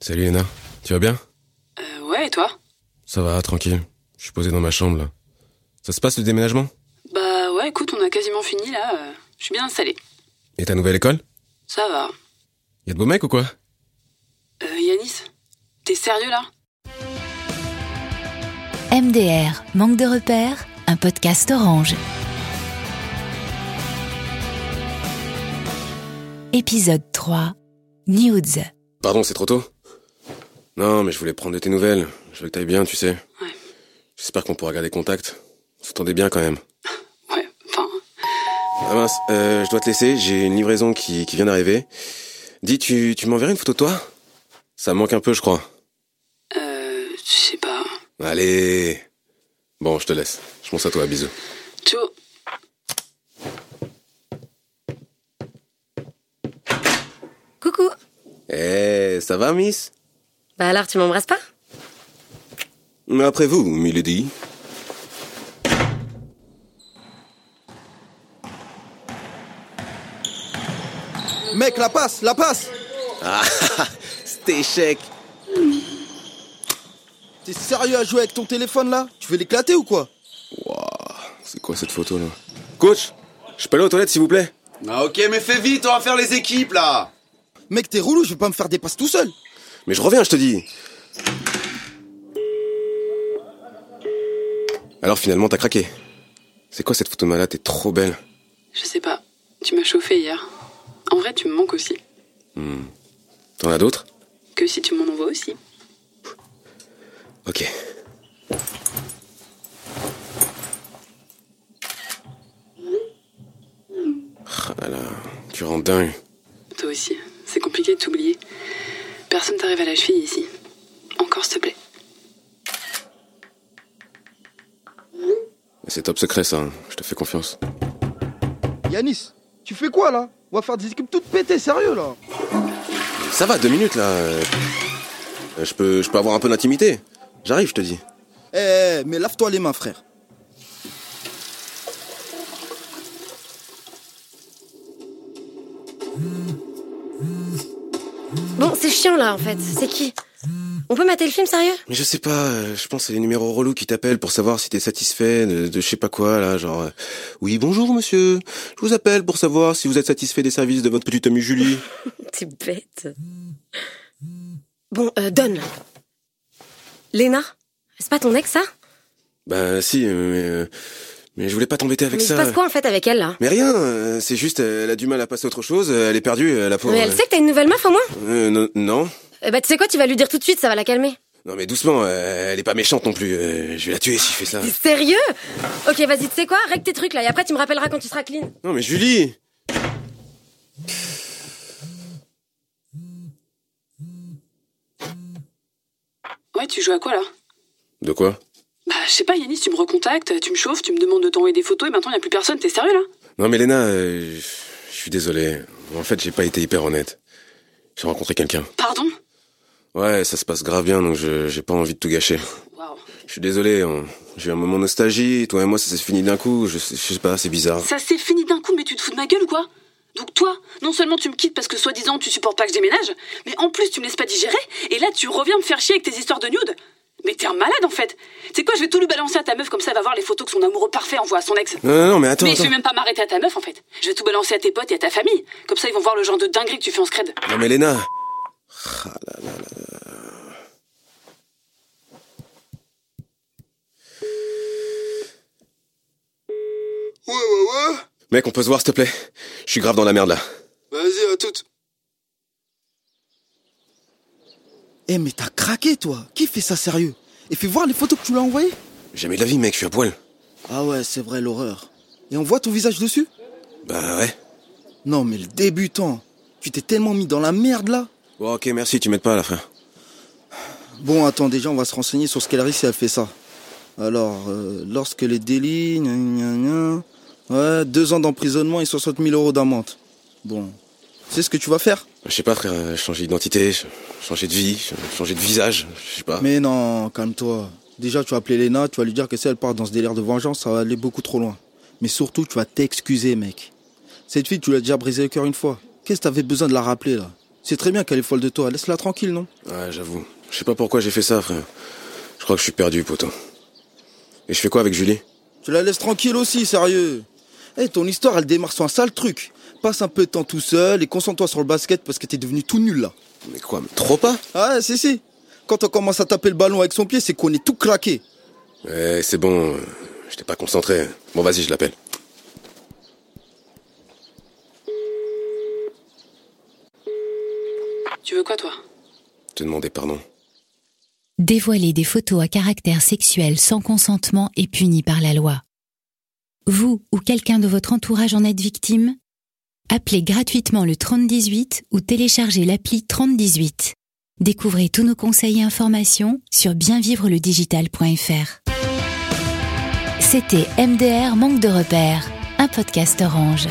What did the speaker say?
Salut Léna, tu vas bien Euh, ouais, et toi Ça va, tranquille. Je suis posé dans ma chambre là. Ça se passe le déménagement Bah ouais, écoute, on a quasiment fini là. euh, Je suis bien installée. Et ta nouvelle école Ça va. Y'a de beaux mecs ou quoi Euh, Yanis, t'es sérieux là MDR, manque de repères, un podcast orange. Épisode 3, Nudes. Pardon, c'est trop tôt Non, mais je voulais prendre de tes nouvelles. Je veux que t'ailles bien, tu sais. Ouais. J'espère qu'on pourra garder contact. Vous S'entendez bien quand même. Ouais, enfin, Ah mince, euh, je dois te laisser, j'ai une livraison qui, qui vient d'arriver. Dis, tu, tu m'enverrais une photo de toi Ça me manque un peu, je crois. euh, je sais pas. Allez Bon, je te laisse. Je pense à toi, bisous. Ciao. Coucou. Eh, ça va, miss Bah alors, tu m'embrasses pas Après vous, Milady. Mec, la passe, la passe Ah, cet échec T'es sérieux à jouer avec ton téléphone là Tu veux l'éclater ou quoi C'est quoi cette photo là Coach, je peux aller aux toilettes s'il vous plaît Ah ok, mais fais vite, on va faire les équipes là Mec, t'es relou, je vais pas me faire des passes tout seul Mais je reviens, je te dis Alors finalement, t'as craqué. C'est quoi cette photo de malade T'es trop belle. Je sais pas. Tu m'as chauffé hier. En vrai, tu me manques aussi. T'en as d'autres Que si tu m'en envoies aussi. Ok. Ah là là, tu rends dingue. Toi aussi. C'est compliqué de t'oublier. Personne t'arrive à la cheville ici. Encore, s'il te plaît. Mais C'est top secret ça, hein. je te fais confiance. Yanis, tu fais quoi là On va faire des équipes toutes pétées, sérieux là Ça va, deux minutes là. euh. Euh, Je peux, je peux avoir un peu d'intimité. J'arrive, je te dis. Eh, mais lave-toi les mains, frère. Bon, c'est chiant là en fait. C'est qui On peut mater le film sérieux Mais je sais pas, euh, je pense que c'est les numéros relous qui t'appellent pour savoir si t'es satisfait de, de je sais pas quoi, là, genre... euh, oui, bonjour monsieur, je vous appelle pour savoir si vous êtes satisfait des services de votre petite amie Julie. T'es bête. Bon, euh, donne. là. Léna C'est pas ton ex ça bah si, euh, mais... euh, mais je voulais pas t'embêter avec Mais il se ça. passe quoi en fait avec elle là mais rien, euh, c'est juste, euh, elle a du mal à passer à autre chose, euh, elle est perdue, euh, la pauvre. Mais elle sait que t'as une nouvelle meuf au moins Euh, non, non, Eh bah tu sais quoi, tu vas lui dire tout de suite, ça va la calmer. non mais doucement, euh, elle est pas méchante non plus, euh, je vais la tuer si je fais ça. T'es sérieux Ok, vas-y, tu sais quoi Règle tes trucs là et après tu me rappelleras quand tu seras clean. Non mais Julie Ouais, tu joues à quoi là De quoi Bah, je sais pas, Yanis, tu me recontactes, tu me chauffes, tu me demandes de t'envoyer des photos et maintenant y a plus personne. T'es sérieux là Non mais Léna, euh, je je suis désolé. En fait, j'ai pas été hyper honnête. J'ai rencontré quelqu'un. Pardon Ouais, ça se passe grave bien, donc je j'ai pas envie de tout gâcher. Waouh. Je suis désolé, on- j'ai eu un moment de nostalgie, toi et moi ça s'est fini d'un coup, je, sais- je sais pas, c'est bizarre. Ça s'est fini d'un coup, mais tu te fous de ma gueule ou quoi Donc toi, non seulement tu me quittes parce que soi-disant tu supportes pas que je déménage, mais en plus tu me laisses pas digérer, et là tu reviens me faire chier avec tes histoires de nude Mais t'es un malade en fait C'est quoi, je vais tout lui balancer à ta meuf comme ça, elle va voir les photos que son amoureux parfait envoie à son ex Non, non, non, mais attends, mais je attends. vais même pas m'arrêter à ta meuf en fait. Je vais tout balancer à tes potes et à ta famille. Comme ça ils vont voir le genre de dinguerie que tu fais en scred. Non mais Léna Ah, Ouais, ouais, ouais Mec, on peut se voir s'il te plaît Je suis grave dans la merde là. Vas-y, à toutes Eh, mais t'as craqué toi Qui fait ça sérieux Et fais voir les photos que tu lui as envoyées Jamais de la vie mec, je suis à poil. Ah ouais, c'est vrai, l'horreur. Et on voit ton visage dessus Bah ouais. Non, mais le débutant Tu t'es tellement mis dans la merde là Bon ok, merci, tu m'aides pas là frère. Bon, attends, déjà, on va se renseigner sur ce qu'elle risque si elle fait ça. Alors, euh, lorsque les délits... gna gna gna, ouais, deux ans d'emprisonnement et 60 000 euros d'amende. Bon, c'est ce que tu vas faire Je sais pas frère, euh, changer d'identité, ch- changer de vie, ch- changer de visage, je sais pas. Mais non, calme-toi. Déjà, tu vas appeler Léna, tu vas lui dire que si elle part dans ce délire de vengeance, ça va aller beaucoup trop loin. Mais surtout, tu vas t'excuser, mec. Cette fille, tu l'as déjà brisé le cœur une fois. Qu'est-ce que t'avais besoin de la rappeler, là C'est très bien qu'elle est folle de toi, laisse-la tranquille, non Ouais, j'avoue. Je sais pas pourquoi j'ai fait ça, frère. Je crois que je suis perdu, poteau. Et je fais quoi avec Julie Tu la laisses tranquille aussi, sérieux. Eh, ton histoire, elle démarre sur un sale truc. Passe un peu de temps tout seul et concentre-toi sur le basket parce que t'es devenu tout nul là. Mais quoi, mais trop pas Ah, si, si. Quand on commence à taper le ballon avec son pied, c'est qu'on est tout craqué. Ouais, c'est bon. euh, J'étais pas concentré. Bon, vas-y, je l'appelle. Tu veux quoi, toi Te demander pardon. Dévoiler des photos à caractère sexuel sans consentement est puni par la loi. Vous ou quelqu'un de votre entourage en êtes victime Appelez gratuitement le 3018 ou téléchargez l'appli 3018. Découvrez tous nos conseils et informations sur bienvivreledigital.fr. C'était MDR Manque de repères, un podcast orange.